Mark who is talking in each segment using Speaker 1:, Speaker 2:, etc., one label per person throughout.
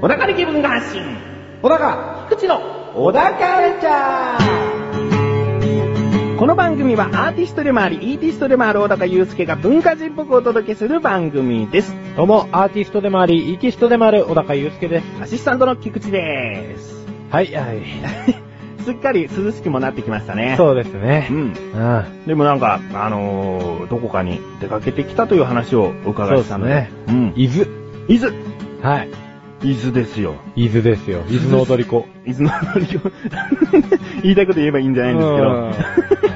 Speaker 1: 小高に気分が発信。
Speaker 2: 小高
Speaker 1: 菊池の小高カルチャー。この番組はアーティストでもあり、イーティストでもある小高祐介が文化人っぽくお届けする番組です。
Speaker 2: どうも、アーティストでもあり、イーティストでもある小高祐介です。
Speaker 1: アシスタントの菊池です。
Speaker 2: はい、はい。
Speaker 1: すっかり涼しくもなってきましたね。
Speaker 2: そうです
Speaker 1: う
Speaker 2: ね。
Speaker 1: ん。
Speaker 2: うん。
Speaker 1: でもなんか、あのー、どこかに出かけてきたという話をお伺いしたので。う
Speaker 2: 伊豆。
Speaker 1: ん。伊豆。
Speaker 2: はい。
Speaker 1: 伊豆ですよ。
Speaker 2: 伊豆ですよ。伊豆の踊り子。
Speaker 1: 伊豆の踊りを言いたいこと言えばいいんじゃないんですけど。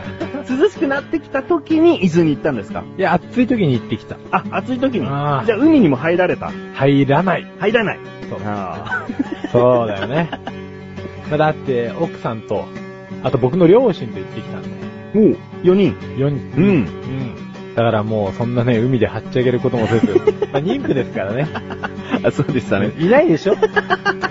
Speaker 1: 涼しくなってきた時に伊豆に行ったんですか
Speaker 2: うんいや、暑い時に行ってきた。
Speaker 1: あ、暑い時に。じゃ
Speaker 2: あ
Speaker 1: あ
Speaker 2: ー
Speaker 1: 海にも入られた
Speaker 2: 入らない。
Speaker 1: 入らない。
Speaker 2: そう
Speaker 1: あ
Speaker 2: そうだよね。 まあだって、奥さんと、あと僕の両親と行ってきたんで。
Speaker 1: ーもう、4人。
Speaker 2: 4人。
Speaker 1: うん。
Speaker 2: うん。だからもう、そんなね、海ではっちゃげること もせず、まあ妊婦ですからね。
Speaker 1: あ、そうでしたね。
Speaker 2: いないでしょ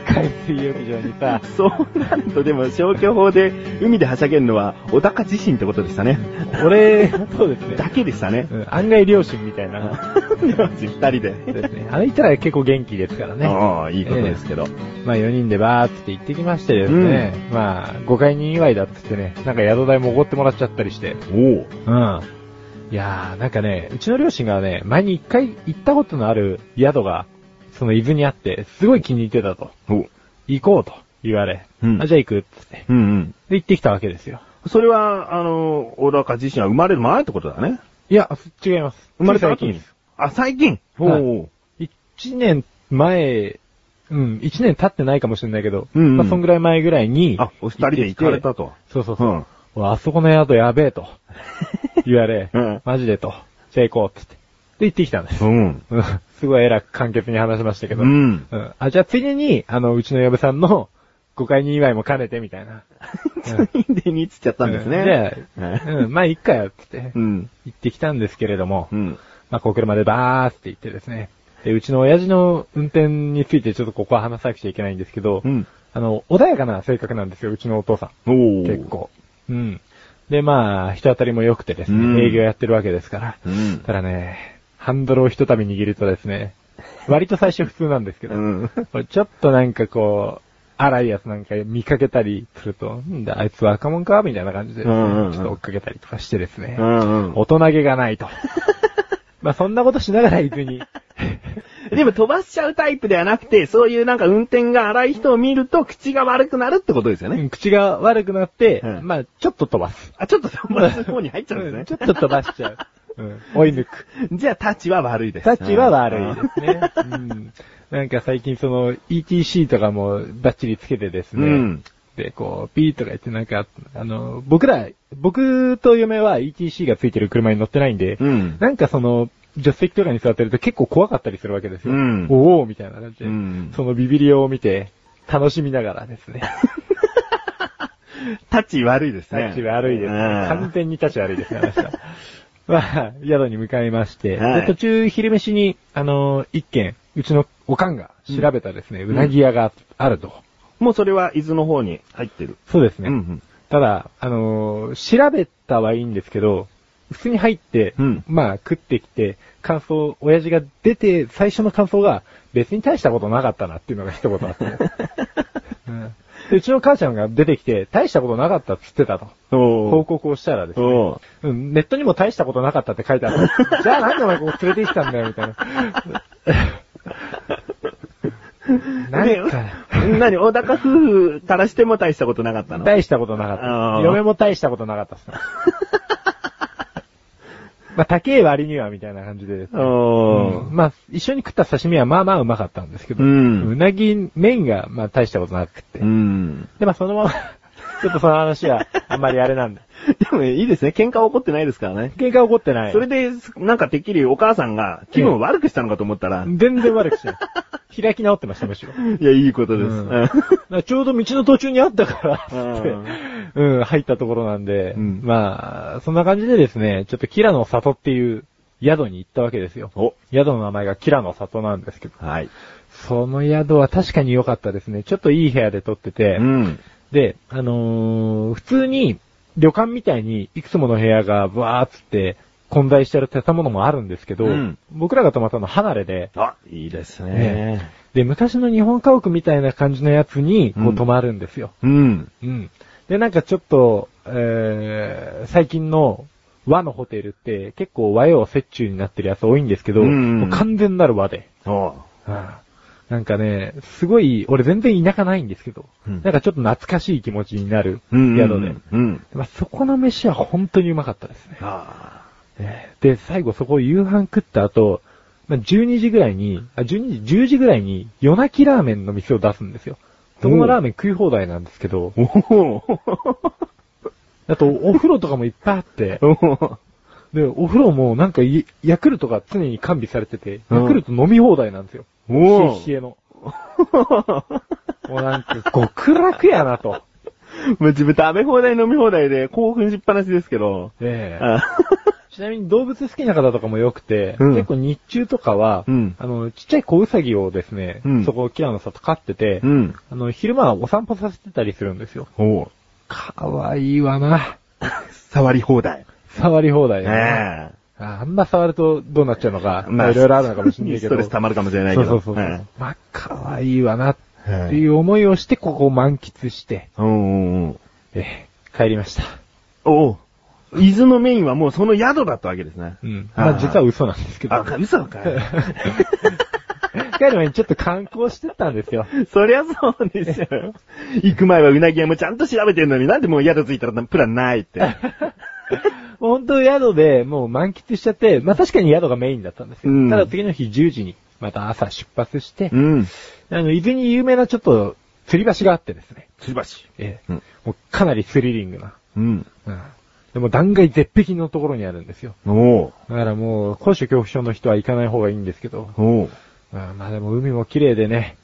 Speaker 2: 海水浴場にさ。
Speaker 1: そうなると、でも消去法で海ではしゃげるのは、小高自身ってことでしたね。
Speaker 2: 俺、 そうですね。
Speaker 1: だけでしたね。
Speaker 2: うん案外両親みたいな。
Speaker 1: 二人で。
Speaker 2: ですね。あれ言ったら結構元気ですからね。
Speaker 1: ああ、いいことですけど。
Speaker 2: まあ4人でバーって行ってきましてですね。まあ5回人祝いだっつってね、なんか宿代もおごってもらっちゃったりして。
Speaker 1: おお。
Speaker 2: うん。いやー、なんかね、うちの両親がね、前に1回行ったことのある宿が、その伊豆にあって、すごい気に入ってたと。
Speaker 1: おう。
Speaker 2: 行こうと言われ。
Speaker 1: うん
Speaker 2: あ、じゃあ行くっつって。
Speaker 1: うんうん。
Speaker 2: で、行ってきたわけですよ。
Speaker 1: それは、あの、小高自身は生まれる前ってことだね。
Speaker 2: いや、違います。
Speaker 1: 生まれた
Speaker 2: 最
Speaker 1: 後
Speaker 2: 近
Speaker 1: に。あ、最近。お
Speaker 2: はい
Speaker 1: お。
Speaker 2: 一年前、うん、一年経ってないかもしれないけど、
Speaker 1: うんうん
Speaker 2: まあ、そんぐらい前ぐらいに、
Speaker 1: あ、お二人で行かれたと。
Speaker 2: そうそう
Speaker 1: う
Speaker 2: そう。
Speaker 1: ん。
Speaker 2: うわあそこの宿やべ えと、言われ、
Speaker 1: うん
Speaker 2: マジでと、じゃあ行こう、つって。で、行ってきたんで す。
Speaker 1: うん。
Speaker 2: うん すごい偉く簡潔に話しましたけど。
Speaker 1: うん。
Speaker 2: うんあ、じゃあついでに、あの、うちの嫁さんの、誤解に祝いも兼ねて、みたいな。
Speaker 1: ついでにっつっちゃったんです
Speaker 2: う
Speaker 1: ね。
Speaker 2: んで、うん、まあ、いっかよ、つって
Speaker 1: う。ん。
Speaker 2: 行ってきたんですけれども、
Speaker 1: うん。
Speaker 2: まあ、こう車でバーって行ってですね。で、うちの親父の運転についてちょっとここは話さなくちゃいけないんですけど、
Speaker 1: うん。
Speaker 2: あの、穏やかな性格なんですよ、うちのお父さ
Speaker 1: おお。
Speaker 2: ん。結。構。うん。で、まあ、人当たりも良くてですね、
Speaker 1: うん
Speaker 2: 営業やってるわけですから。
Speaker 1: うん。
Speaker 2: ただね、ハンドルをひとたび握るとですね、割と最初普通なんですけど、
Speaker 1: うん。
Speaker 2: これちょっとなんかこう、荒いやつなんか見かけたりすると、んだ、あいつ若者かみたいな感じで、ち
Speaker 1: う
Speaker 2: ょ
Speaker 1: んうんうん
Speaker 2: っと追っかけたりとかしてですね
Speaker 1: う、んう
Speaker 2: 大人げがな いと。まあそんなことしながら伊豆に、
Speaker 1: ん。でも飛ばしちゃうタイプではなくて、そういうなんか運転が荒い人を見ると口が悪くなるってことですよね。
Speaker 2: 口が悪くなって、
Speaker 1: うん
Speaker 2: まあちょっと飛ばす。
Speaker 1: あ、ちょっと飛ばす方に入っちゃうん
Speaker 2: うん
Speaker 1: で
Speaker 2: ち
Speaker 1: す
Speaker 2: ょっ
Speaker 1: ね。
Speaker 2: と飛ばしちゃう。うん、追い抜く。
Speaker 1: じゃあ、タッチは悪いです。
Speaker 2: タッチは悪いですね。うん、なんか最近その ETC とかもバッチリつけてです
Speaker 1: う
Speaker 2: ね。
Speaker 1: ん。
Speaker 2: で、こう、ピーとか言ってなんか、あの、僕ら、僕と嫁は ETC がついてる車に乗ってないんで、
Speaker 1: うん。
Speaker 2: なんかその、助手席とかに座ってると結構怖かったりするわけですよ。
Speaker 1: うん
Speaker 2: おおみたいな感じで、
Speaker 1: うん
Speaker 2: そのビビリを見て、楽しみながらですね。
Speaker 1: タッチ悪いです
Speaker 2: タ
Speaker 1: ね。
Speaker 2: ッチ悪いです、ね。完全にタッチ悪いですね、 私は。まあ、宿に向かいまして、
Speaker 1: はい
Speaker 2: で途中昼飯に、あの一軒、うちのおかんが調べたですね、うなぎ屋があると。
Speaker 1: もうそれは伊豆の方に入ってる。
Speaker 2: そうですね。
Speaker 1: ん。
Speaker 2: ただ、あのー調べたはいいんですけど、普通に入って、
Speaker 1: うん
Speaker 2: まあ食ってきて、感想、親父が出て、最初の感想が、別に大したことなかったなっていうのが一言あ って、うんでうちの母ちゃんが出てきて、大したことなかったっつってたと。報
Speaker 1: おー。
Speaker 2: 告をしたらですね、
Speaker 1: おー。
Speaker 2: うん、ネットにも大したことなかったって書いてあった。じゃあなんでお前ここ連れてきたんだよ、み たいな。なんか、
Speaker 1: で何小高夫婦からしても大したことなかったの
Speaker 2: 大したことなか
Speaker 1: あ
Speaker 2: っ
Speaker 1: ー
Speaker 2: た。嫁も大したことなかったっ すね。まあ、高え割には、みたいな感じで。
Speaker 1: お
Speaker 2: うん
Speaker 1: ー。
Speaker 2: まあ、一緒に食った刺身はまあまあうまかったんですけど、
Speaker 1: うん
Speaker 2: なぎメインがまあ大したことなくて。
Speaker 1: うん。
Speaker 2: で、まあその まま、ちょっとその話はあんまりあれなんだ。
Speaker 1: でもいいですね。喧嘩起こってないですからね。
Speaker 2: 喧嘩起こってない。
Speaker 1: それで、なんかてっきりお母さんが気分を悪くしたのかと思ったら、
Speaker 2: 全然悪くしない。開き直ってました、むしろ。
Speaker 1: いや、いいことです。
Speaker 2: う
Speaker 1: うんん
Speaker 2: だからちょうど道の途中にあったから、つって、 うん、入ったところなんで、
Speaker 1: うん
Speaker 2: まあ、そんな感じでですね、ちょっとキラの里っていう宿に行ったわけですよ。
Speaker 1: お、
Speaker 2: 宿の名前がキラの里なんですけど、
Speaker 1: はい。
Speaker 2: その宿は確かに良かったですね。ちょっといい部屋で撮ってて、
Speaker 1: うん。
Speaker 2: で、あのー普通に、旅館みたいにいくつもの部屋がわーっつって混在してる建物もあるんですけど、
Speaker 1: うん
Speaker 2: 僕らが泊まったのは離れで、
Speaker 1: あ、いいですね。
Speaker 2: ねで、昔の日本家屋みたいな感じのやつに、こ
Speaker 1: う
Speaker 2: うん泊まるんですよ。
Speaker 1: うん。
Speaker 2: うん。で、なんかちょっと、えー、最近の和のホテルって結構和洋折衷になってるやつ多いんですけど、
Speaker 1: うん
Speaker 2: もう完全なる和で。
Speaker 1: おう
Speaker 2: なんかね、すごい、俺全然田舎ないんですけど、
Speaker 1: うん
Speaker 2: なんかちょっと懐かしい気持ちになる宿で、
Speaker 1: うん。うん。
Speaker 2: まあ、そこの飯は本当にうまかったですね。
Speaker 1: あ
Speaker 2: えーで、最後そこ夕飯食った後、まあ、12時ぐらいに、あ、12時、10時ぐらいに夜泣きラーメンの店を出すんですよ。そこのラーメン食い放題なんですけど、
Speaker 1: おお
Speaker 2: あとお風呂とかもいっぱいあって、
Speaker 1: お
Speaker 2: で、お風呂もなんかいヤクルトが常に完備されてて、
Speaker 1: うん
Speaker 2: ヤクルト飲み放題なんですよ。冷え冷えの。もうなんか極楽やなと。
Speaker 1: もう自分食べ放題飲み放題で興奮しっぱなしですけど。
Speaker 2: ええ
Speaker 1: あ
Speaker 2: ちなみに動物好きな方とかもよくて、
Speaker 1: うん
Speaker 2: 結構日中とかは、
Speaker 1: うん
Speaker 2: あの、ちっちゃい子ウサギをですね、
Speaker 1: うん
Speaker 2: そこ、キラの里飼ってて、
Speaker 1: うん。
Speaker 2: あの、昼間はお散歩させてたりするんですよ。
Speaker 1: おう
Speaker 2: かわいいわな。
Speaker 1: 触り放題。
Speaker 2: 触り放題、
Speaker 1: え
Speaker 2: ああんま触るとどうなっちゃうのか、
Speaker 1: まあ
Speaker 2: いろいろあるのかもしれないけ
Speaker 1: スト
Speaker 2: ど。
Speaker 1: レス溜まるかもしれない
Speaker 2: そ
Speaker 1: け
Speaker 2: うそ
Speaker 1: ど。
Speaker 2: うそう。
Speaker 1: え
Speaker 2: まあ、かわいいわな、ってい
Speaker 1: え
Speaker 2: う思いをして、ここを満喫して、
Speaker 1: おうんうん。
Speaker 2: ええ帰りました。
Speaker 1: おう伊豆のメインはもうその宿だったわけですね。
Speaker 2: うん。まあ、実は嘘なんですけど。
Speaker 1: あ、嘘かい。
Speaker 2: 帰る前にちょっと観光してたんですよ。
Speaker 1: そりゃそうでしょ。行く前はうなぎ屋もちゃんと調べてんのになんでもう宿着いたらプランない って。
Speaker 2: 本当宿でもう満喫しちゃって、まあ確かに宿がメインだったんですよ。
Speaker 1: うん
Speaker 2: ただ次の日10時に、また朝出発して、
Speaker 1: うん。
Speaker 2: あの、伊豆に有名なちょっと吊り橋があってですね。
Speaker 1: つり橋。
Speaker 2: ええ
Speaker 1: うん
Speaker 2: もうかなりスリリングな。
Speaker 1: うん。
Speaker 2: うん。でも断崖絶壁のところにあるんですよ。
Speaker 1: おう
Speaker 2: だからもう、高所恐怖症の人は行かない方がいいんですけど、
Speaker 1: おう
Speaker 2: うんまあでも海も綺麗でね、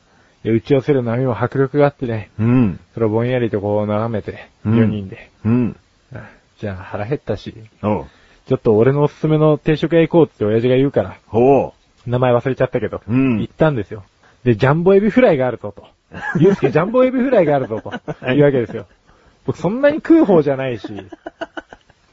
Speaker 2: で打ち寄せる波も迫力があってね、
Speaker 1: うん。
Speaker 2: それをぼんやりとこう眺めて、
Speaker 1: うん
Speaker 2: 4人で、
Speaker 1: うん。
Speaker 2: うんじゃあ腹減ったし、
Speaker 1: おう
Speaker 2: ちょっと俺のおすすめの定食屋行こうって親父が言うから、
Speaker 1: おう
Speaker 2: 名前忘れちゃったけど、
Speaker 1: うん
Speaker 2: 行ったんですよ。で、ジャンボエビフライがあるぞ と。ゆうすけジャンボエビフライがあるぞと。
Speaker 1: い
Speaker 2: いうわけですよ。僕そんなに食う方じゃないし、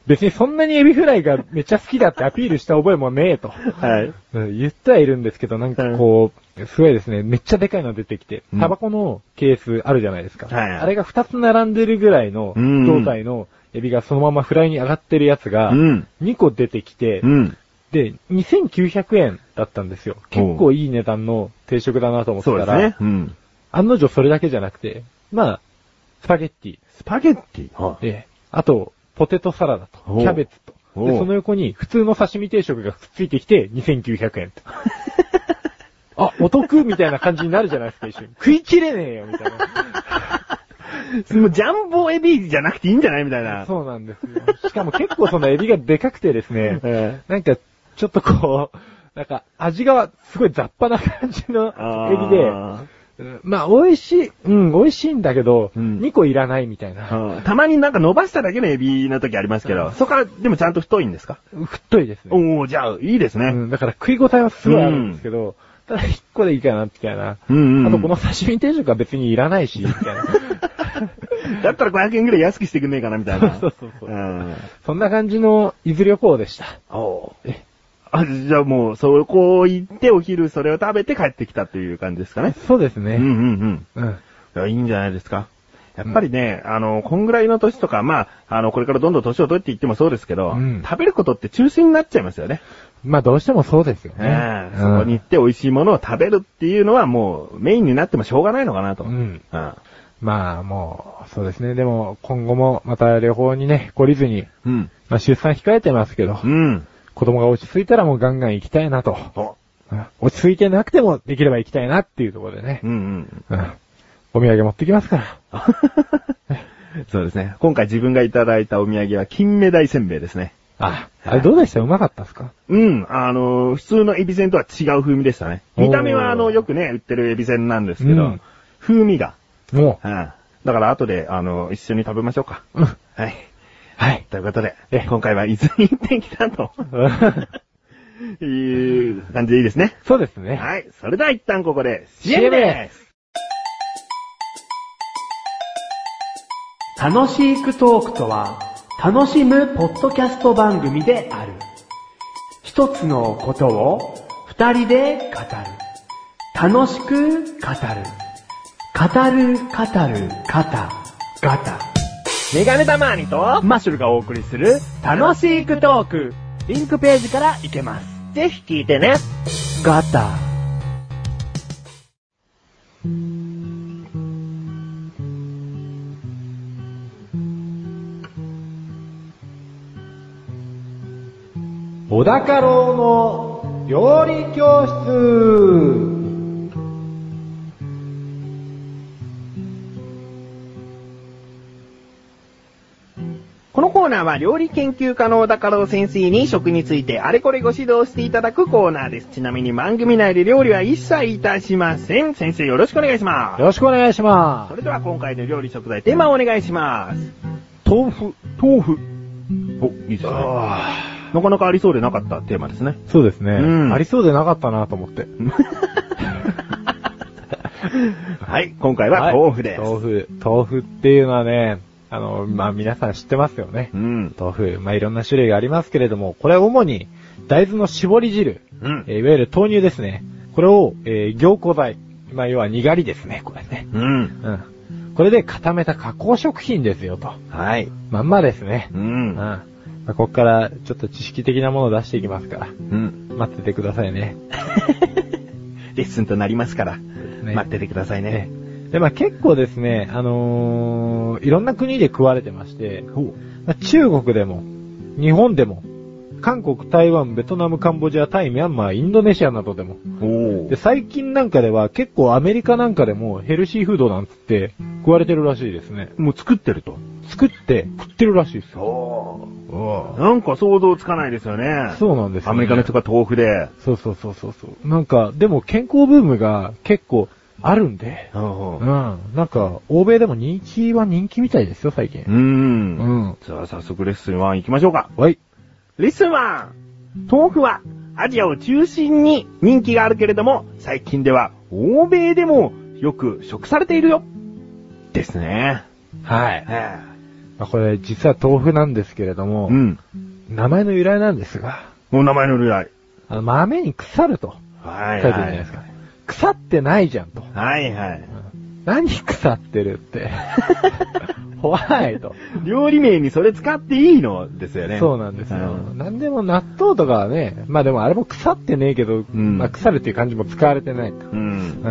Speaker 2: 別にそんなにエビフライがめっちゃ好きだってアピールした覚えもねえと。
Speaker 1: はい。
Speaker 2: うん言ってはいるんですけど、なんかこう、すごいですね、めっちゃでかいの出てきて
Speaker 1: う、ん
Speaker 2: タバコのケースあるじゃないですか。
Speaker 1: はい
Speaker 2: あれが2つ並んでるぐらいの
Speaker 1: うん
Speaker 2: 胴体のエビがそのままフライに上がってるやつが、
Speaker 1: うん。
Speaker 2: 2個出てきて
Speaker 1: う、ん。
Speaker 2: で、2900円だったんですよ。結構いい値段の定食だなと思った
Speaker 1: そうです
Speaker 2: ら、
Speaker 1: ね。うん。
Speaker 2: 案の定それだけじゃなくて、まあ、スパゲッティ、
Speaker 1: スパゲッティ。は
Speaker 2: で、あと、ポテトサラダと、キ
Speaker 1: おう
Speaker 2: ャベツと、
Speaker 1: おう
Speaker 2: で、その横に普通の刺身定食がくっついてきて2900 円と。あ、お得みたいな感じになるじゃないですか、一緒に。食い切れねえよ、みたい
Speaker 1: い。もうジャンボエビじゃなくていいんじゃないみたい
Speaker 2: な。
Speaker 1: な。
Speaker 2: そうなんですよ。しかも結構そのエビがでかくてですね、
Speaker 1: え
Speaker 2: なんか、ちょっとこう、なんか、味がすごい雑把な感じの
Speaker 1: えあ
Speaker 2: エビで、
Speaker 1: ー
Speaker 2: うんまあ、美味しい、うん、美味しいんだけど、
Speaker 1: うん
Speaker 2: 2個いらないみたいな。
Speaker 1: うんたまになんか伸ばしただけのエビの時ありますけど、そこはでもちゃんと太いんですか
Speaker 2: 太いですね。
Speaker 1: おおじゃあ、いいです
Speaker 2: う
Speaker 1: ね。
Speaker 2: ん、だから食い応えはすごいあるんですけど、ただ1個でいいかな、みたいな。
Speaker 1: うんうんうん
Speaker 2: あとこの刺身定食は別にいらないし、みたいな。
Speaker 1: だったら500円ぐらい安くしてくんねえかな、みたいな。
Speaker 2: そうそうそう
Speaker 1: うん。
Speaker 2: そんな感じの伊豆旅行でした。
Speaker 1: おあ、じゃあもう、そこ行ってお昼それを食べて帰ってきたっていう感じですかね。
Speaker 2: そうです
Speaker 1: うん
Speaker 2: ね。
Speaker 1: うん
Speaker 2: うん。
Speaker 1: うん。いやいいんじゃないですか。やっぱりね、あの、こんぐらいの年とか、まあ、あの、これからどんどん年を取っていってもそうですけど、
Speaker 2: うん
Speaker 1: 食べることって中心になっちゃいますよね。
Speaker 2: まあどうしてもそうですよね。
Speaker 1: ええ
Speaker 2: うん
Speaker 1: そこに行って美味しいものを食べるっていうのはもうメインになってもしょうがないのかなと。
Speaker 2: うん
Speaker 1: うん。
Speaker 2: まあもう、そうですね。でも今後もまた旅行にね、懲りずに、
Speaker 1: うん。
Speaker 2: まあ出産控えてますけど、
Speaker 1: うん。
Speaker 2: 子供が落ち着いたらもうガンガン行きたいなと。
Speaker 1: お
Speaker 2: うん落ち着いてなくてもできれば行きたいなっていうところでね
Speaker 1: う。んうん。
Speaker 2: うん。お土産持ってきますから。
Speaker 1: そうですね。今回自分がいただいたお土産は金目鯛せんべいですね。
Speaker 2: あ、あれどうでしたうまかったですか
Speaker 1: うん、あの、普通のエビせんとは違う風味でしたね。見た目はあ
Speaker 2: お
Speaker 1: の、
Speaker 2: ー
Speaker 1: よくね、売ってるエビせんなんですけど、
Speaker 2: うん
Speaker 1: 風味が。
Speaker 2: も
Speaker 1: うん。だから後で、あの、一緒に食べましょうか。
Speaker 2: う。うん。
Speaker 1: はい。
Speaker 2: はい。
Speaker 1: ということで
Speaker 2: え、
Speaker 1: 今回は伊豆に行ってきたという感じでいいですね。
Speaker 2: そうですね。
Speaker 1: はい。それでは一旦ここで
Speaker 2: CM
Speaker 1: です。
Speaker 3: 楽しいクトークとは、
Speaker 4: 楽しむポッドキャスト番組である。一つのことを二人で語る。楽しく語る。語る、語る、語ガタ。メガネたまにとマッシュルがお送りする楽しくトーク。リンクページから行けます。ぜひ聞いてね。ガタ。
Speaker 2: 小高郎の料理教室
Speaker 4: このコーナーは料理研究家の小高郎先生に食についてあれこれご指導していただくコーナーです。ちなみに番組内で料理は一切いたしません。先生よろしくお願いします
Speaker 2: よ。ろしくお願いしま
Speaker 4: それでは今回の料理食材テーマをお願いします。
Speaker 1: 豆腐、豆腐。お、いいですね。
Speaker 2: あ
Speaker 1: なかなかありそうでなかったテーマですね。
Speaker 2: す。そうですね、
Speaker 1: うん
Speaker 2: ありそうでなかったなと思って。
Speaker 1: はい、今回は豆腐です。
Speaker 2: 豆腐。豆腐っていうのはね、あの、まあ、皆さん知ってますよね
Speaker 1: う。ん。
Speaker 2: 豆腐。まあ、いろんな種類がありますけれども、これは主に大豆の絞り汁、
Speaker 1: うん
Speaker 2: えーいわゆる豆乳ですね。これを、えー凝固剤。まあ、要はにがりですね、これね。
Speaker 1: うん。
Speaker 2: うん。これで固めた加工食品ですよ、と。
Speaker 1: はい。
Speaker 2: まんまですね。
Speaker 1: う
Speaker 2: うん。
Speaker 1: ん。
Speaker 2: まあ、こっから、ちょっと知識的なものを出していきますから。
Speaker 1: うん。
Speaker 2: 待っててくださいね。
Speaker 1: レッスンとなりますから、待っててください
Speaker 2: ね
Speaker 1: ね。。
Speaker 2: で、まあ結構ですね、あのーいろんな国で食われてまして、
Speaker 1: ほう。
Speaker 2: まあ中国でも、日本でも、韓国、台湾、ベトナム、カンボジア、タイ、ミャンマー、インドネシアなどでも。
Speaker 1: お
Speaker 2: で、最近なんかでは結構アメリカなんかでもヘルシーフードなんつって食われてるらしいですね。
Speaker 1: もう作ってると。
Speaker 2: 作って食ってるらしいですよ。
Speaker 1: おなんか想像つかないですよね。
Speaker 2: そうなんですよ
Speaker 1: ア
Speaker 2: ね
Speaker 1: メリカの人が豆腐で。
Speaker 2: そうそうそうそうそう。なんか、でも健康ブームが結構あるんで、
Speaker 1: うん
Speaker 2: うん。なんか、欧米でも人気は人気みたいですよ、最近
Speaker 1: う。ん。
Speaker 2: うん。
Speaker 1: じゃあ早速レッスン1行きましょうか。
Speaker 2: はい。
Speaker 4: レッスン1。豆腐はアジアを中心に人気があるけれども、
Speaker 1: 最近では欧米でもよく食されているよ。ですね。
Speaker 2: はい。まあ、これ実は豆腐なんですけれども、
Speaker 1: うん。
Speaker 2: 名前の由来なんですが、
Speaker 1: お名前の由来。
Speaker 2: あの豆に腐ると
Speaker 1: は
Speaker 2: 書い
Speaker 1: い
Speaker 2: て
Speaker 1: はい。
Speaker 2: るじゃないですか。腐ってないじゃんと。
Speaker 1: はいはい。
Speaker 2: 何腐ってるって。 怖いと。
Speaker 1: 料理名にそれ使っていいのですよね。
Speaker 2: そうなんですよ。
Speaker 1: うん
Speaker 2: なんでも納豆とかはね、まあでもあれも腐ってねえけど、
Speaker 1: ん
Speaker 2: まあ腐るっていう漢字も使われてないと。
Speaker 1: うん。
Speaker 2: うん。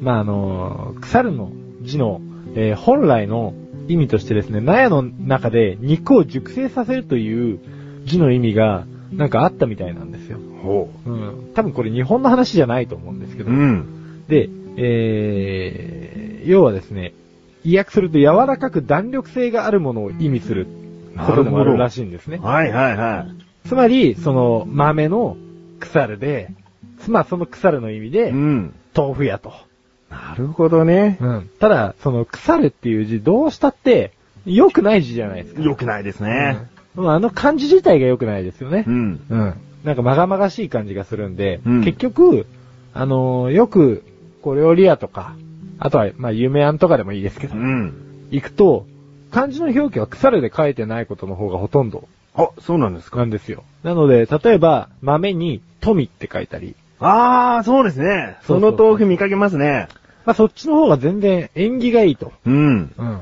Speaker 2: まあ、あのー腐るの字の、えー本来の意味としてですね、納屋の中で肉を熟成させるという字の意味が、なんかあったみたいなんですよ。
Speaker 1: ほ
Speaker 2: うん。多分これ日本の話じゃないと思うんですけ
Speaker 1: う。
Speaker 2: ど。
Speaker 1: うん。
Speaker 2: で、えー、要はですね、意訳すると柔らかく弾力性があるものを意味することでもあるらしいんですね。
Speaker 1: はいはいはい。
Speaker 2: つまり、その豆の腐るで、つまりその腐るの意味で、
Speaker 1: ん。
Speaker 2: 豆腐屋と。
Speaker 1: なるほどね。
Speaker 2: うん。ただ、その、腐るっていう字、どうしたって、良くない字じゃないですか。
Speaker 1: 良くないですね。
Speaker 2: うんあの漢字自体が良くないですよね。
Speaker 1: ん。
Speaker 2: うん。なんか、まがまがしい感じがするんで、
Speaker 1: うん
Speaker 2: 結局、あのーよく、こう、料理屋とか、あとは、まあ、夢庵とかでもいいですけど
Speaker 1: う、ん。
Speaker 2: 行くと、漢字の表記は腐るで書いてないことの方がほとんど
Speaker 1: あ、そうなんですか。
Speaker 2: なんですよ。なので、例えば、豆に、富って書いたり、
Speaker 1: あー、そうですね。
Speaker 2: そ
Speaker 1: そう
Speaker 2: そう
Speaker 1: の豆腐見かけますね。
Speaker 2: まあ、そっちの方が全然縁起がいいと。
Speaker 1: うん。
Speaker 2: うん。だ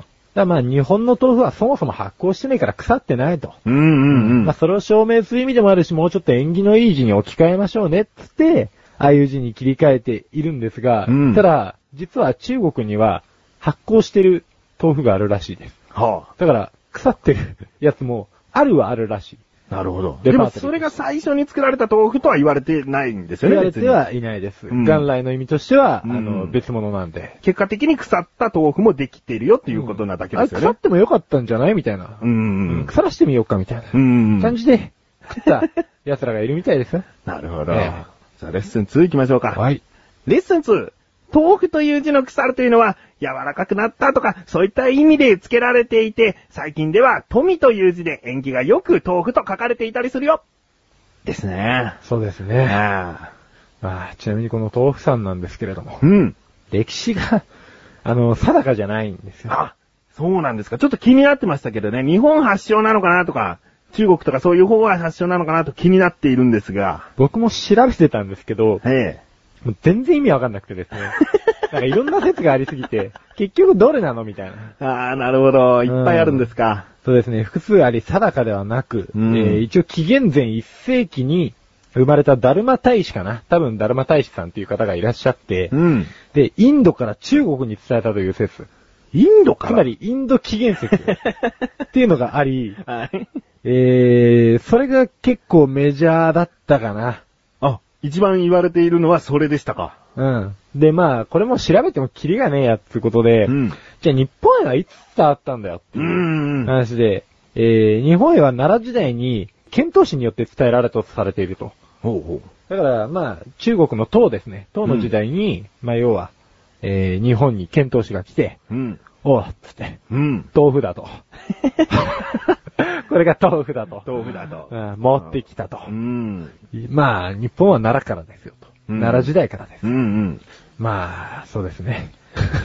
Speaker 2: からまあ日本の豆腐はそもそも発酵してないから腐ってないと。
Speaker 1: うんうんうん。
Speaker 2: まあそれを証明する意味でもあるし、もうちょっと縁起のいい字に置き換えましょうねっつって、ああいう字に切り替えているんですが、
Speaker 1: うん
Speaker 2: ただ、実は中国には発酵してる豆腐があるらしいです。
Speaker 1: は
Speaker 2: だから、腐ってるやつも、あるはあるらしい。
Speaker 1: あ。なるほど。
Speaker 2: デ
Speaker 1: で
Speaker 2: パー
Speaker 1: も、
Speaker 2: トで
Speaker 1: それが最初に作られた豆腐とは言われてないんですよ
Speaker 2: 言
Speaker 1: ね、
Speaker 2: われてはいないです。
Speaker 1: うん
Speaker 2: 元来の意味としては、あ
Speaker 1: う
Speaker 2: の、
Speaker 1: ん
Speaker 2: 別物なんで。
Speaker 1: 結果的に腐った豆腐もできているよっていうことなだけ
Speaker 2: あ
Speaker 1: で
Speaker 2: れ
Speaker 1: すよ
Speaker 2: 腐っ
Speaker 1: ね。
Speaker 2: てもよかったんじゃないみたいな
Speaker 1: う。んうん。
Speaker 2: 腐らしてみようかみたい
Speaker 1: うんう。
Speaker 2: なん感じ で、食った奴らがいるみたいですよ。
Speaker 1: なるほど。
Speaker 2: ええ
Speaker 1: じゃあ、レッスン2行きましょうか。
Speaker 2: い。
Speaker 1: レッスン2。豆腐という字の腐るというのは、柔らかくなったとか、そういった意味で付けられていて、最近では、富という字で縁起がよく豆腐と書かれていたりするよ。ですね。
Speaker 2: そうですね。
Speaker 1: ああ。
Speaker 2: まあ、ちなみにこの豆腐さんなんですけれども、
Speaker 1: うん。
Speaker 2: 歴史が、あの、定かじゃないんですよ。
Speaker 1: あ、そうなんですか。ちょっと気になってましたけどね、日本発祥なのかなとか、中国とかそういう方が発祥なのかなと気になっているんですが。
Speaker 2: 僕も調べてたんですけど、
Speaker 1: え
Speaker 2: もう全然意味わかんなくてです ね。なんかいろんな説がありすぎて、結局どれなのみたいな。
Speaker 1: え。ああ、なるほど。いっぱいあるんですか。
Speaker 2: そうですね、複数あり定かではなく、
Speaker 1: うん
Speaker 2: えー一応紀元前1世紀に生まれたダルマ大使かな。多分ダルマ大使さんっていう方がいらっしゃって、
Speaker 1: うん。
Speaker 2: で、インドから中国に伝えたという説。
Speaker 1: インドか
Speaker 2: つ
Speaker 1: ら
Speaker 2: ま。りインド紀元説っていうのがあり、
Speaker 1: はい。
Speaker 2: えー、それが結構メジャーだったかな。
Speaker 1: あ、一番言われているのはそれでしたか。
Speaker 2: うん。で、まあ、これも調べてもキリがねえやってことで、
Speaker 1: うん
Speaker 2: じゃあ日本へはいつ伝わったんだよって
Speaker 1: う。
Speaker 2: いうん
Speaker 1: うん
Speaker 2: 話で、えー、日本へは奈良時代に、遣唐使によって伝えられたとされていると。
Speaker 1: ほうほ
Speaker 2: だから、まあ、中国の唐ですね。唐の時代に、まあ、要は、えー、日本に遣唐使が来て、
Speaker 1: う。うん。
Speaker 2: おう、つって、
Speaker 1: うん。
Speaker 2: 豆腐 だと。これが豆腐だと。
Speaker 1: 豆腐だと
Speaker 2: うん、持ってきたと。
Speaker 1: うん。
Speaker 2: まあ、日本は奈良からですよと。
Speaker 1: うん
Speaker 2: 奈良時代からです
Speaker 1: う。んうん。
Speaker 2: まあ、そうです ね。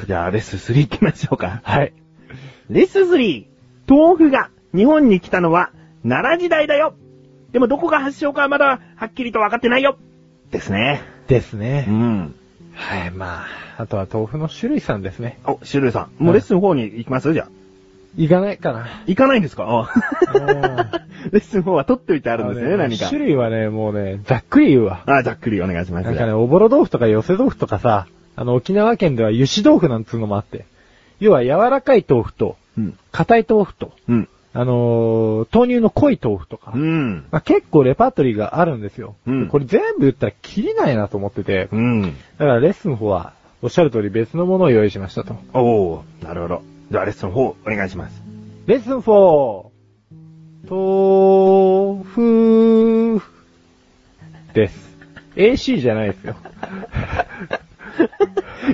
Speaker 1: じゃあ、レッスン3行きましょうか。
Speaker 2: はい。
Speaker 1: レッスン 3! 豆腐が日本に来たのは奈良時代だよでもどこが発祥かはまだはっきりと分かってないよですね。
Speaker 2: です
Speaker 1: う
Speaker 2: ね。
Speaker 1: ん。
Speaker 2: はい、まあ、あとは豆腐の種類さんですね。
Speaker 1: お、シュルーさん。もうレッスン4に行きますじゃあ。
Speaker 2: いかないかな。
Speaker 1: 行かないんですかあ レッスン4は取っておいてあ
Speaker 2: あ
Speaker 1: るんですね、
Speaker 2: の
Speaker 1: 何か
Speaker 2: 種。類はね、もうね、ざっくり言うわ。
Speaker 1: あ、ざっくりお願いします。
Speaker 2: なんかね、おぼろ豆腐とか寄せ豆腐とかさ、あの、沖縄県では油脂豆腐なんつうのもあって。要は柔らかい豆腐と、
Speaker 1: うん。
Speaker 2: 硬い豆腐と、
Speaker 1: うん。
Speaker 2: あのー豆乳の濃い豆腐とか。
Speaker 1: うん。
Speaker 2: まあ、結構レパートリーがあるんですよ。
Speaker 1: うん
Speaker 2: これ全部言ったら切りないなと思ってて。
Speaker 1: うん。
Speaker 2: だからレッスン4は、おっしゃる通り別のものを用意しましたと。
Speaker 1: おー、なるほど。じゃあレッスン4お願いします。
Speaker 2: レッスン 4! 豆腐です。AC じゃないで すよ。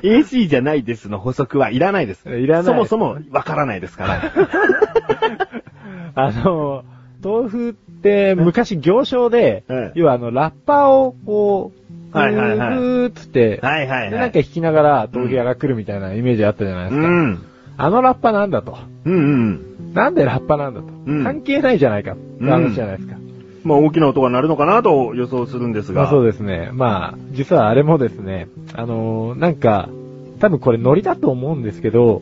Speaker 1: AC じゃないですの補足はいらないです。
Speaker 2: いらない
Speaker 1: そもそもわからないですから。
Speaker 2: あの、豆腐って昔行商で
Speaker 1: うん、
Speaker 2: 要はあの、ラッパーをこう、
Speaker 1: はいはいはい
Speaker 2: ふーっつって、
Speaker 1: はいはいはい。
Speaker 2: で、なんか弾きながら豆腐屋が来るみたいなイメージあったじゃないで
Speaker 1: う
Speaker 2: すか。
Speaker 1: ん。
Speaker 2: あのラッパなんだと。
Speaker 1: うんうん。
Speaker 2: なんでラッパなんだと。
Speaker 1: うん
Speaker 2: 関係ないじゃないか。って話じゃないですか。
Speaker 1: まあ大きな音が鳴るのかなと予想するんですが。
Speaker 2: まあそう
Speaker 1: で
Speaker 2: ですね。まあ、実はあれもですね、あのーなんか、多分これノリだと思うんですけど、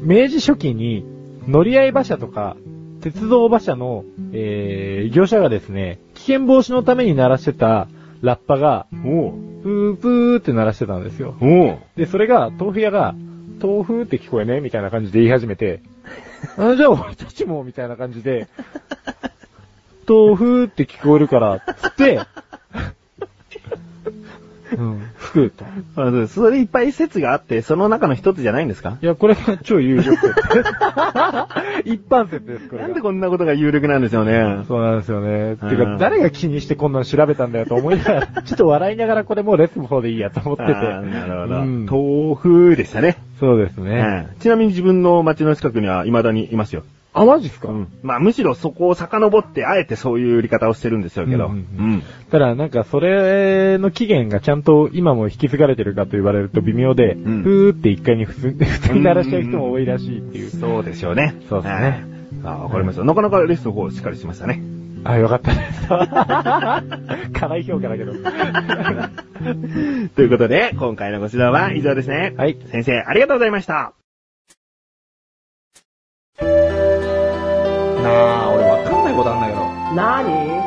Speaker 2: 明治初期に乗り合い馬車とか、鉄道馬車の、えー、業者がですね、危険防止のために鳴らしてたラッパが、
Speaker 1: す。おう。
Speaker 2: プープーって鳴らしてたんですよ。
Speaker 1: おう。
Speaker 2: で、それが、豆腐屋が、豆腐って聞こえねみたいな感じで言い始めて、あじゃあ俺たちもみたいな感 じで、豆腐って聞こえるから、つ って、うん、服と。
Speaker 1: あそうそれいっぱい説があって、その中の一つじゃないんですか
Speaker 2: いや、これが超有力説。一般説です、これ
Speaker 1: な
Speaker 2: が。
Speaker 1: んでこんなことが有力なんですよね。
Speaker 2: そうなんですよね。て
Speaker 1: う
Speaker 2: か、
Speaker 1: ん
Speaker 2: 誰が気にしてこんなの調べたんだよと思いなが ら、ちょっと笑いながらこれもうレッスンの方でいいやと思ってて。
Speaker 1: あーなるほど。
Speaker 2: うん
Speaker 1: 豆腐でしたね。
Speaker 2: そうですね。
Speaker 1: うんちなみに自分の町の近くには未だにいますよ。
Speaker 2: あ、マジっすか
Speaker 1: まあむしろそこを遡って、あえてそういう売り方をしてるんですよけど。
Speaker 2: うんうんうんただなんかそれの期限がちゃんと今も引き継がれてるかと言われると微妙で、
Speaker 1: ん
Speaker 2: ふーって一回に 普通普通に鳴らしちゃう人も多いらしいっていう。
Speaker 1: そうでしょうね。
Speaker 2: そうですね
Speaker 1: はい。あわかりました。なかなかレッスンの方しっかりしましたね。
Speaker 2: あ、よかったです。辛い評価だけど。
Speaker 1: ということで、今回のご指導は以上ですね。
Speaker 2: はい
Speaker 1: 先生、ありがとうございました。
Speaker 3: なあ、俺わかんないことあんだけど、
Speaker 4: なに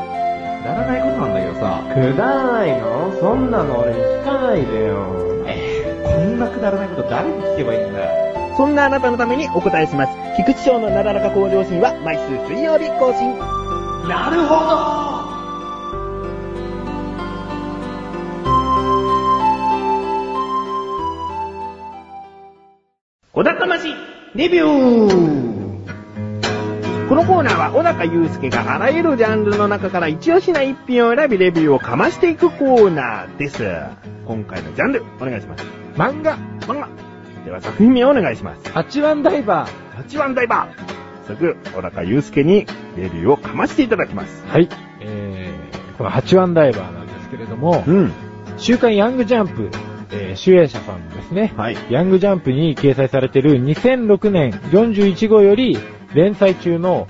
Speaker 3: くだらないことなんだけどさ、
Speaker 4: くだらないのそんなの俺に聞かないでよ。
Speaker 3: えー、こんなくだらないこと誰に聞けばいいんだよ。
Speaker 1: そんなあなたのためにお答えします。菊池賞のなだらか向上心は毎週水曜日更新。
Speaker 3: なるほど
Speaker 1: 小高ましレビューこのコーナーは小高祐介があらゆるジャンルの中から一押しな一品を選びレビューをかましていくコーナーです。今回のジャンル、お願いします。
Speaker 2: 漫画、
Speaker 1: 漫画では作品名をお願いします。
Speaker 2: 八番ダイバー。
Speaker 1: 8番ダイバー早速、小高祐介にレビューをかましていただきます。
Speaker 2: はい。えー、この八番ダイバーなんですけれども、
Speaker 1: ん。
Speaker 2: 週刊ヤングジャンプえー集英社さんのですね、
Speaker 1: はい
Speaker 2: ヤングジャンプに掲載されている2006年41号より連載中の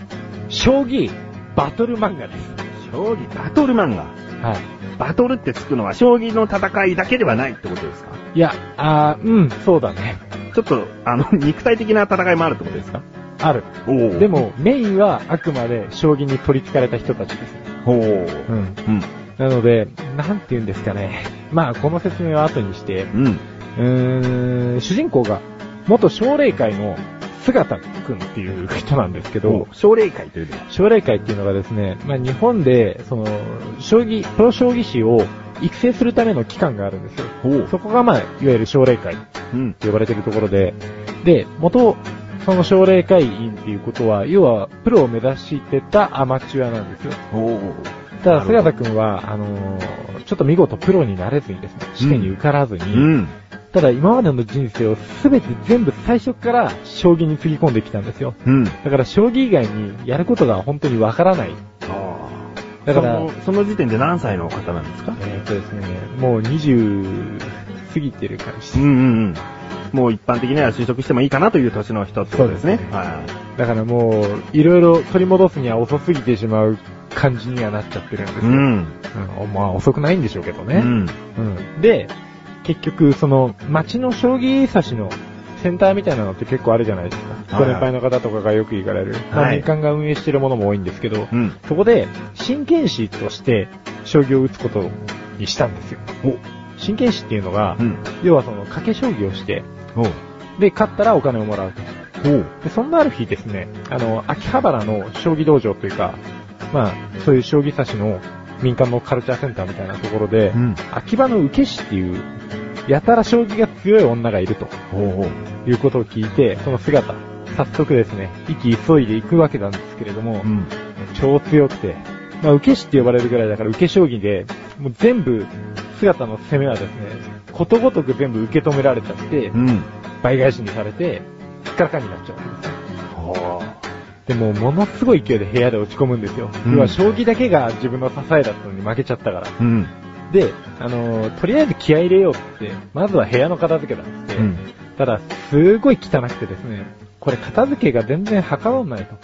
Speaker 2: 将棋バトル漫画です。
Speaker 1: 将棋バトル漫画。
Speaker 2: はい。
Speaker 1: バトルってつくのは将棋の戦いだけではないってことですか
Speaker 2: いや、あーうん、そうだね。
Speaker 1: ちょっと、あの、 肉体的な戦いもあるってことですか
Speaker 2: ある。
Speaker 1: おお
Speaker 2: で、も、メインはあくまで将棋に取り憑かれた人たちです。
Speaker 1: おお
Speaker 2: うん。
Speaker 1: うん。
Speaker 2: なので、なんて言うんですかね。まあ、この説明は後にして、
Speaker 1: うん。
Speaker 2: うーん、主人公が、元奨励会の姿くんっていう人なんですけど、
Speaker 1: 奨励会というのは。
Speaker 2: 奨励会っていうのがですね、まあ、日本で、その、将棋、プロ将棋士を育成するための機関があるんですよ。
Speaker 1: お
Speaker 2: そこが、まあ、いわゆる奨励会
Speaker 1: うん。
Speaker 2: って呼ばれてるところで、で、元、その奨励会員っていうことは、要は、プロを目指してたアマチュアなんですよ。
Speaker 1: おお
Speaker 2: ただ、姿くんは、あのーちょっと見事プロになれずにですね、試験に受からずに、
Speaker 1: うん。
Speaker 2: ただ今までの人生をすべて全部最初から将棋につぎ込んできたんですよ。
Speaker 1: うん。
Speaker 2: だから将棋以外にやることが本当にわからない。
Speaker 1: ああ。
Speaker 2: だから
Speaker 1: その、その時点で何歳の方なんですか
Speaker 2: えーっとですね、もう20過ぎてる感じ。
Speaker 1: うんうんうん。もう一般的には就職してもいいかなという年の人ってことですね。
Speaker 2: そうですね
Speaker 1: は
Speaker 2: だからもう、いろいろ取り戻すには遅すぎてしまう感じにはなっちゃってるんで
Speaker 1: い。
Speaker 2: す
Speaker 1: う
Speaker 2: よ。
Speaker 1: ん。
Speaker 2: うんまあ遅くないんでしょうけど
Speaker 1: う
Speaker 2: ね。
Speaker 1: ん。
Speaker 2: うんで、結局、その、街の将棋差しのセンターみたいなのって結構あるじゃないです
Speaker 1: は
Speaker 2: か。ご
Speaker 1: い
Speaker 2: 年
Speaker 1: はい
Speaker 2: 配の方とかがよく行かれる。まあ
Speaker 1: はい
Speaker 2: 民間が運営してるものも多いんですけど、
Speaker 1: うん。
Speaker 2: そこで、真剣士として、将棋を打つことにしたんですよ。真剣士っていうのが、
Speaker 1: うん。
Speaker 2: 要はその、賭け将棋をして、
Speaker 1: おう。
Speaker 2: で、勝ったらお金をもらうと。
Speaker 1: おう。
Speaker 2: で、そんなある日ですね、あの、秋葉原の将棋道場というか、まあ、そういう将棋差しの民間のカルチャーセンターみたいなところで、
Speaker 1: ん。
Speaker 2: 秋葉の受け師っていう、やたら将棋が強い女がいると
Speaker 1: おう。
Speaker 2: いうことを聞いて、その姿、早速ですね、意気急いでいくわけなんですけれども、
Speaker 1: ん。
Speaker 2: 超強くて、まあ、受け師って呼ばれるぐらいだから受け将棋で、もう全部、姿の攻めはですね、ことごとく全部受け止められちゃって
Speaker 1: う、ん。
Speaker 2: 倍返しにされて、すっからかんになっちゃうんですよ。
Speaker 1: おう。
Speaker 2: でも、ものすごい勢いで部屋で落ち込むんですよ。
Speaker 1: うん
Speaker 2: 要は、将棋だけが自分の支えだったのに負けちゃったから。
Speaker 1: うん。
Speaker 2: で、あのーとりあえず気合い入れようって、まずは部屋の片付けだっつって、
Speaker 1: うん。
Speaker 2: ただ、すごい汚くてですね、これ片付けが全然はかどんないと。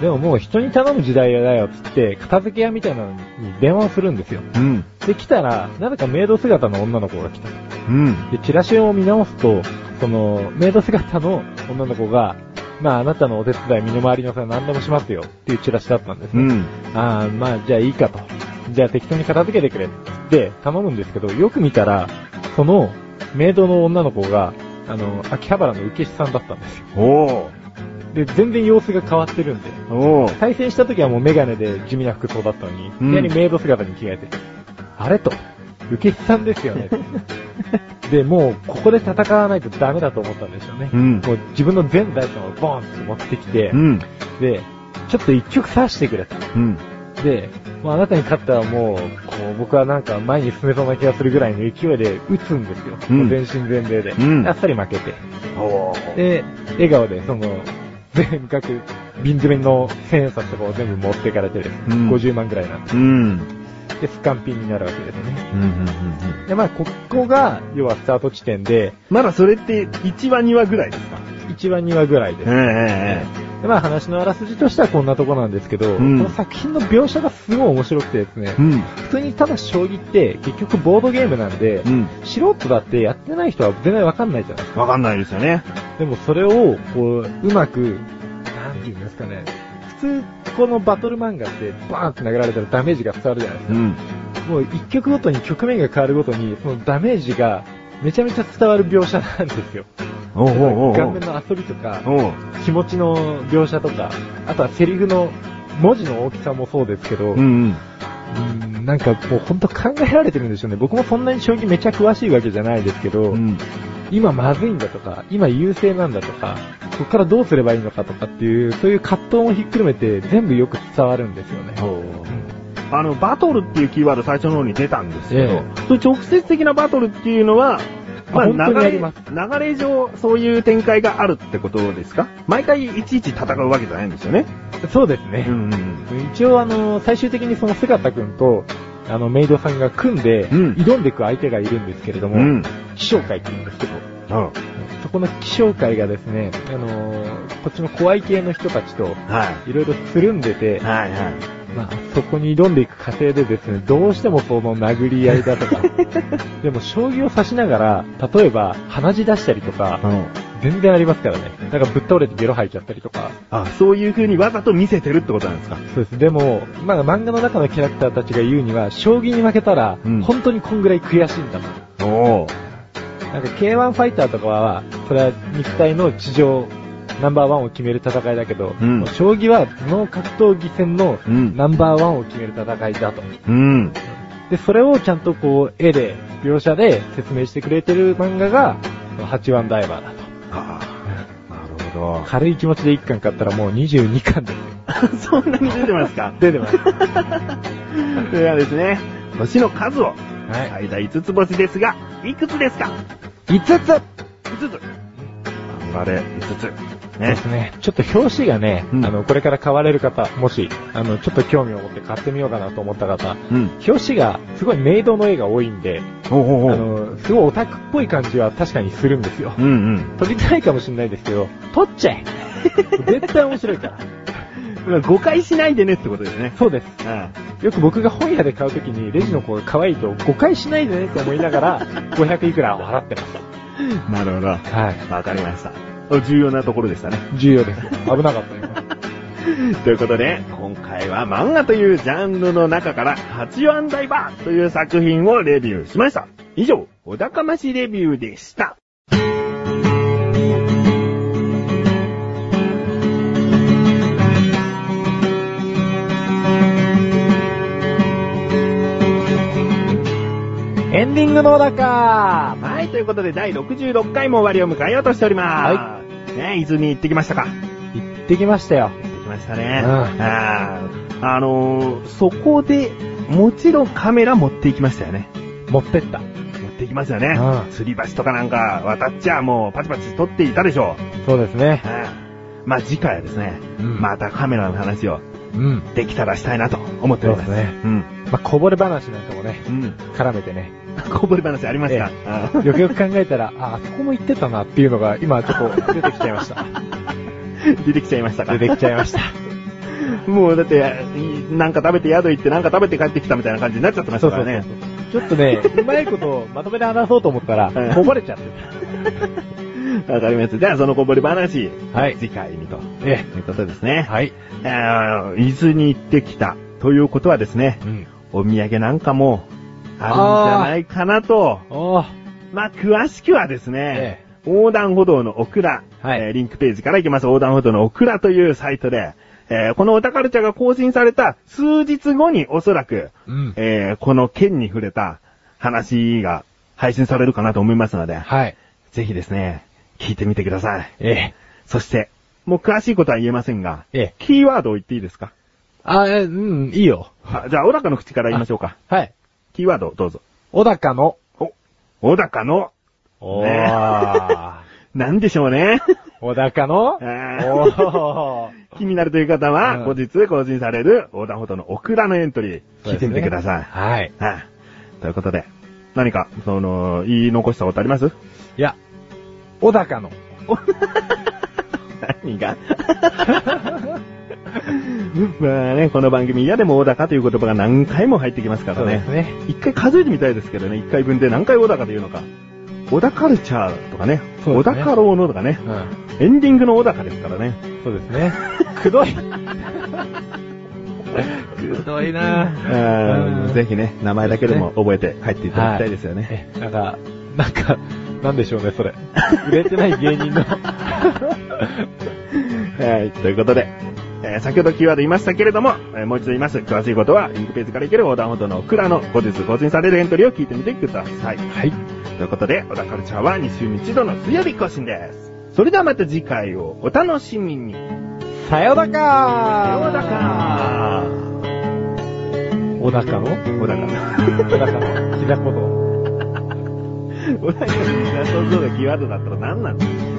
Speaker 2: でももう人に頼む時代だよっつって、片付け屋みたいなのに電話をするんですよ。
Speaker 1: うん。
Speaker 2: で、来たら、なぜかメイド姿の女の子が来た。
Speaker 1: うん。
Speaker 2: で、チラシを見直すと、その、メイド姿の女の子が、まあ、あなたのお手伝い、身の回りのさ、何でもしますよ、っていうチラシだったんです
Speaker 1: う
Speaker 2: ね。
Speaker 1: ん。
Speaker 2: ああ、まあ、じゃあいいかと。じゃあ適当に片付けてくれって頼むんですけど、よく見たら、そのメイドの女の子が、あの、秋葉原の受け師さんだったんですよ。
Speaker 1: おう。
Speaker 2: で、全然様子が変わってるんで。
Speaker 1: おう。
Speaker 2: 対戦した時はもうメガネで地味な服装だったのに、いき
Speaker 1: うん
Speaker 2: なりメイド姿に着替えて、あれと、受け師さんです よね。で、もうここで戦わないとダメだと思ったんでしょうね。
Speaker 1: ん
Speaker 2: もう自分の全財産をボーンって持ってきて、
Speaker 1: ん。
Speaker 2: で、ちょっと一曲刺してくれと。
Speaker 1: うん。
Speaker 2: で、まあ、あなたに勝ったらもう、こう、僕はなんか前に進めそうな気がするぐらいの勢いで打つんですよ。
Speaker 1: うん
Speaker 2: もう全身全霊で。
Speaker 1: うん
Speaker 2: あっさり負けて。
Speaker 1: おう。
Speaker 2: で、笑顔で、その、 全額、瓶詰めの千円札とかを全部持っていかれてる。
Speaker 1: うん
Speaker 2: 50万ぐらいなんで
Speaker 1: うん。
Speaker 2: で、スカンピンになるわけですね。
Speaker 1: うん。うん。
Speaker 2: で、まあ、ここが、要はスタート地点で、
Speaker 1: まだそれって1話2話ぐらいですか
Speaker 2: 1話2話ぐらいです。
Speaker 1: え
Speaker 2: で、まあ、話のあらすじとしてはこんなとこなんですけど、
Speaker 1: うん
Speaker 2: この作品の描写がすごい面白くてですね、
Speaker 1: うん。
Speaker 2: 普通にただ将棋って、結局ボードゲームなんで、
Speaker 1: うん。
Speaker 2: 素人だってやってない人は全然わかんないじゃないですか。
Speaker 1: わかんないですよね。
Speaker 2: でもそれを、こう、うまく、なんていうんですかね。普通、このバトル漫画って、バーンって投げられたらダメージが伝わるじゃないで
Speaker 1: うん。
Speaker 2: すか。もう一曲ごとに局面が変わるごとに、そのダメージが、めちゃめちゃ伝わる描写なんですよ。
Speaker 1: おうおうおう
Speaker 2: 顔面の遊びとか、
Speaker 1: おう。
Speaker 2: 気持ちの描写とか、あとはセリフの文字の大きさもそうですけど、
Speaker 1: ん
Speaker 2: うんなんかもうほんと考えられてるんでしょうね。僕もそんなに将棋めちゃ詳しいわけじゃないですけど、
Speaker 1: うん。
Speaker 2: 今まずいんだとか、今優勢なんだとか、そこからどうすればいいのかとかっていう、そういう葛藤もひっくるめて全部よく伝わるんですよね。
Speaker 1: あの、バトルっていうキーワード最初の方に出たんですけど
Speaker 2: え、
Speaker 1: それ直接的なバトルっていうのは、まあ、流
Speaker 2: 本当にあ
Speaker 1: れ、
Speaker 2: りま
Speaker 1: 流れ上、そういう展開があるってことですか毎回いちいち戦うわけじゃないんですよね。
Speaker 2: そうですね。
Speaker 1: んうん。
Speaker 2: 一応あの、最終的にその姿くんと、あの、メイドさんが組んで、
Speaker 1: うん
Speaker 2: 挑んでいく相手がいるんですけれども、
Speaker 1: うん。
Speaker 2: 気象会って言うんですけど、
Speaker 1: うん。
Speaker 2: そこの気象会がですね、あのーこっちの怖い系の人たちと、
Speaker 1: はい
Speaker 2: ろいろつるんでて
Speaker 1: い。、はいはい。
Speaker 2: まあ、そこに挑んでいく過程でですね、どうしてもその殴り合いだ とか、でも将棋を指しながら、例えば鼻血出したりとか、
Speaker 1: うん。
Speaker 2: 全然ありますからね。なんかぶっ倒れてゲロ吐いちゃったりとか。
Speaker 1: あ、そういう風にわざと見せてるってことなんですか
Speaker 2: そうです。でも、まあ漫画の中のキャラクターたちが言うには、将棋に負けたら、
Speaker 1: うん
Speaker 2: 本当にこんぐらい悔しいんだと。
Speaker 1: おー。
Speaker 2: なんか K1 ファイターとかは、それは肉体の地上ナンバーワンを決める戦いだけど、
Speaker 1: うん
Speaker 2: 将棋は頭脳格闘技戦の
Speaker 1: うん
Speaker 2: ナンバーワンを決める戦いだと。
Speaker 1: うん。
Speaker 2: で、それをちゃんとこう、絵で、描写で説明してくれてる漫画が、8番ダイバーだと。
Speaker 1: ああ。なるほ
Speaker 2: 軽い気持ちで1巻買ったらもう22巻ですよ。
Speaker 1: ど。 そんなに出てますか
Speaker 2: 出てます。は
Speaker 1: ではですね、星の数を、
Speaker 2: い。
Speaker 1: 最大5つ星ですが、いくつですか
Speaker 2: 5つ
Speaker 1: 5つ。頑張れ、5つ。
Speaker 2: で
Speaker 1: ね。
Speaker 2: すね。ちょっと表紙がね、
Speaker 1: うん
Speaker 2: あの、これから買われる方、もし、あの、ちょっと興味を持って買ってみようかなと思った方、
Speaker 1: うん。
Speaker 2: 表紙がすごいメイドの絵が多いんで、
Speaker 1: ほうほ
Speaker 2: あの、すごいオタクっぽい感じは確かにするんですよ。
Speaker 1: うん
Speaker 2: 撮りたいかもしれないですけど、撮っ ちゃえ絶対面白いから。
Speaker 1: うん。誤解しないでねってことですね。
Speaker 2: そうです。
Speaker 1: あ
Speaker 2: よく僕が本屋で買うときに、レジの子が可愛いと誤解しないでねって思いながら、500いくらを払ってまし
Speaker 1: あなるほど。
Speaker 2: た。はい。
Speaker 1: わかりました。重要なところでしたね。
Speaker 2: 重要です。危なかった今。
Speaker 1: ということで、今回は漫画というジャンルの中から、八番ダイバーという作品をレビューしました。以上、お高ましレビューでした。
Speaker 2: エンディングのだか
Speaker 1: はい、ということで第66回も終わりを迎えようとしております。はい。ね、伊豆に行ってきましたか行
Speaker 2: 行ってきましたよ。
Speaker 1: ってきましたね。
Speaker 2: うん
Speaker 1: あーあのー、そこで、もちろんカメラ持って行きましたよね。
Speaker 2: 持ってった。
Speaker 1: 持って行きますよね
Speaker 2: う。ん
Speaker 1: 吊り橋とかなんか渡っちゃもうパチパチ撮っていたでしょう。
Speaker 2: そうですね。
Speaker 1: うんまあ次回はですね、
Speaker 2: うん
Speaker 1: またカメラの話を
Speaker 2: うん。
Speaker 1: できたらしたいなと思っております。
Speaker 2: そうですね
Speaker 1: うん。
Speaker 2: まあ、こぼれ話なんかもね、
Speaker 1: うん。
Speaker 2: 絡めてね。
Speaker 1: こぼれ話ありました。
Speaker 2: え
Speaker 1: あー
Speaker 2: よくよく考えたら、あ、あそこも行ってたなっていうのが、今ちょっと出てきちゃいました。
Speaker 1: 出てきちゃいましたか
Speaker 2: 出てきちゃいました。
Speaker 1: もうだって、いなんか食べて宿行ってなんか食べて帰ってきたみたいな感じになっちゃってましたからね。
Speaker 2: ちょっとね、うまいことまとめて話そうと思った
Speaker 1: うん
Speaker 2: ら、こぼれちゃって
Speaker 1: わかります。じゃあそのこぼれ話、
Speaker 2: た。はい。
Speaker 1: 次回にと
Speaker 2: え
Speaker 1: いうことですね。
Speaker 2: え。はい。
Speaker 1: あー伊豆に行ってきたということはですね、
Speaker 2: うん。
Speaker 1: お土産なんかもあるんじゃないかなと、
Speaker 2: おー。
Speaker 1: まあ詳しくはですね、
Speaker 2: え
Speaker 1: 横断歩道のオクラ、
Speaker 2: はい
Speaker 1: えーリンクページから行きます。横断歩道のオクラというサイトで、えーこのオタカルチャーが更新された数日後におそらく、
Speaker 2: え。うん。
Speaker 1: えーこの件に触れた話が配信されるかなと思いますので、
Speaker 2: はい。
Speaker 1: ぜひですね、聞いてみてください。
Speaker 2: ええ。
Speaker 1: そして、もう詳しいことは言えませんが、
Speaker 2: ええ
Speaker 1: キーワードを言っていいですか
Speaker 2: あ、えうん、いいよ。
Speaker 1: あじゃあ、小高の口から言いましょうか。
Speaker 2: はい。
Speaker 1: キーワードをどうぞ。
Speaker 2: 小高の。
Speaker 1: お、小高の、
Speaker 2: お
Speaker 1: ね
Speaker 2: ー。
Speaker 1: なんでしょう ね。
Speaker 2: 小高の
Speaker 1: えー
Speaker 2: おー。
Speaker 1: 気になるという方は、後
Speaker 2: うん
Speaker 1: 日更新される横断歩道のオクラのエントリー、聞いてみてください。
Speaker 2: はい。
Speaker 1: はい。ということで、何か、その、言い残したことあります
Speaker 2: いや、小高の。
Speaker 1: 何が まあね、この番組嫌でも大高という言葉が何回も入ってきますからね。
Speaker 2: ね。
Speaker 1: 一回数えてみたいですけどね、一回分で何回小高で言うのか。小高カルチャーとかね、
Speaker 2: そうで
Speaker 1: 小
Speaker 2: すね
Speaker 1: 高郎のとかね、
Speaker 2: うん。
Speaker 1: エンディングの小高ですからね。
Speaker 2: そうですね。く どい。くどい
Speaker 1: あ
Speaker 2: な
Speaker 1: ー
Speaker 2: うん
Speaker 1: ぜひね、名前だけでも覚えて帰っていただきたいですよね。
Speaker 2: え、なんか、なんか、なんでしょうね、それ。売れてない芸人 の。
Speaker 1: はい、ということで、えー先ほどキーワード言いましたけれども、えーもう一度言います。詳しいことは、リンクページからいける横断歩道のクラの後日更新されるエントリーを聞いてみてください。
Speaker 2: はい。
Speaker 1: ということで、小田カルチャーは2週に1度の水曜日更新です。それではまた次回をお楽しみに。
Speaker 2: さよだか
Speaker 1: 小田か
Speaker 2: 小高の
Speaker 1: 小田か。
Speaker 2: 小高の膝小僧。
Speaker 1: 小田かにみんな想像がキーワードだったら何なんですか